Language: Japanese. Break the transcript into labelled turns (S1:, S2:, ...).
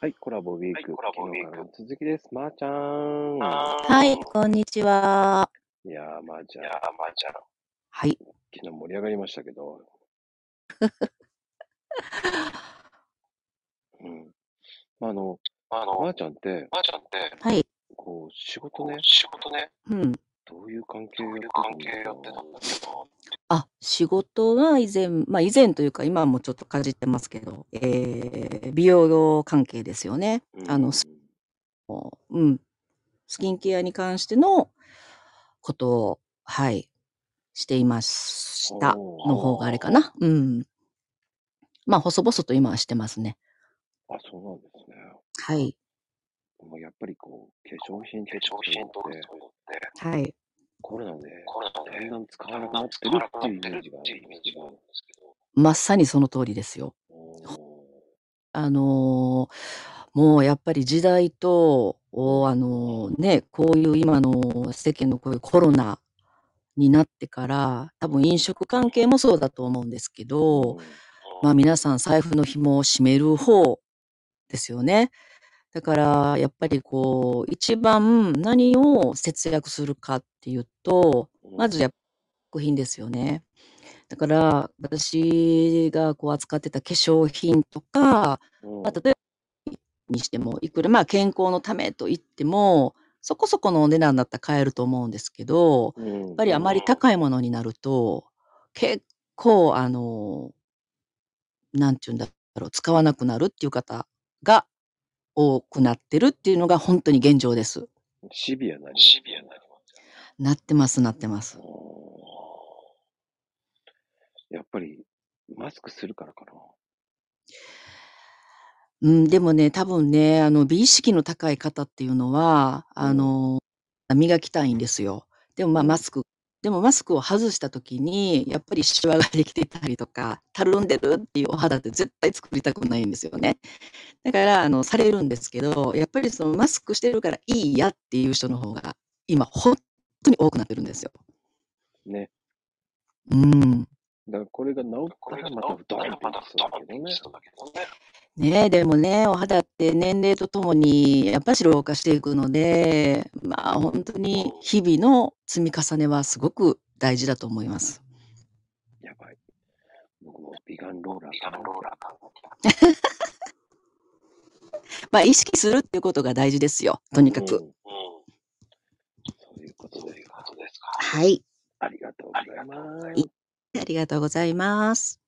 S1: はい、コラボウィー
S2: はい
S1: ク、
S2: コラボウィーク
S1: 昨日からの続きです。まー、ちゃん。
S3: はい、こんにちは。
S1: いやー、まー、ち
S2: い
S1: ゃん
S2: や、まあちゃん。
S3: はい。
S1: 昨日盛り上がりましたけ ど。うん。まあ、あの、
S2: あの、
S1: まー、
S2: まあ
S1: ちゃんって、
S2: ちゃんって、
S3: はい。
S1: こう、仕事
S2: こう
S1: ね、
S2: 仕事ね、
S3: うん。
S1: どういう関係
S2: ど
S1: を
S2: うい
S1: やって
S2: う
S1: た
S2: 関
S1: ん
S2: 係
S1: だ
S2: や
S1: ろ
S2: っ
S1: う
S2: て
S1: な
S2: たんだけど、
S3: あ、仕事は以前、まあ以前というか今もちょっとかじってますけど、えー、美容関係ですよね。あ
S1: う
S3: の、
S1: ん
S3: スうん。スキンケアに関してのことを、はい、していました
S1: おー
S3: の方があれかな。うん。まあ、細々と今はしてますね。
S1: あ、そうなんですね。
S3: はい。
S1: でもやっぱりこう、化粧品
S2: 化
S1: と
S2: 粧品と
S1: か
S2: か
S1: って、
S2: そういうのって、
S3: はい。
S1: コロナで、
S2: コロナ
S1: だん
S2: で
S1: だ、ん使わなくなってるっていうイメージがあるんですけ
S2: があるん
S1: ど。
S2: ですけど、
S3: まさにその通りですよ。
S1: おー
S3: あのーもうやっぱり時代と、おあのーね、こういう今の世間のこういうコロナになってから、多分飲食関係もそうだと思うんですけど、
S1: うん
S3: まあ皆さん財布の紐を締める方ですよね。だからやっぱりこう、一番何を節約するかっていうと、まずやっぱ食品ですよね。だから私がこう扱ってた化粧品とか、
S1: うん
S3: まあ、例えばにしてもいくらまあ健康のためと言ってもそこそこのお値段だったら買えると思うんですけど
S1: うん
S3: やっぱりあまり高いものになると結構あのなんて言うんだろう使わなくなるっていう方が多くなってるっていうのが本当に現状です。
S1: シビアな
S2: シビアになりますよね。
S3: なってますなってます。
S1: やっぱりマスクするからかな。
S3: うん、でもね多分ねあの美意識の高い方っていうのはあの、磨きたいんですよ。でもまあ
S1: うん
S3: マスク、でもマスクを外した時にやっぱりシワができてたりとかたるんでるっていうお肌って絶対作りたくないんですよね。だからあのされるんですけどやっぱりそのマスクしてるからいいやっていう人の方が今本当に多くなってるんですよ。
S1: ね。
S3: うん
S1: だからこれが治ったらまたドーンって
S2: ま
S1: い
S2: た
S1: きそうだけどね。
S2: そうだけどね。
S3: ねえ、でもね、お肌って年齢とともにやっぱり老化していくので、まあ本当に日々の積み重ねはすごく大事だと思います。
S1: やばい。僕もビガンローラー
S2: ビ
S1: か
S2: ガ
S1: な
S2: ンローラーか
S3: まあ意識するっていうことが大事ですよ、とにか
S1: う
S3: く。
S1: ん
S2: うん。
S1: そういうこと
S2: そう
S1: で
S2: いう
S1: す。
S2: ことですか。
S3: はい、
S1: ありがとうございます。
S3: ありがとうございます。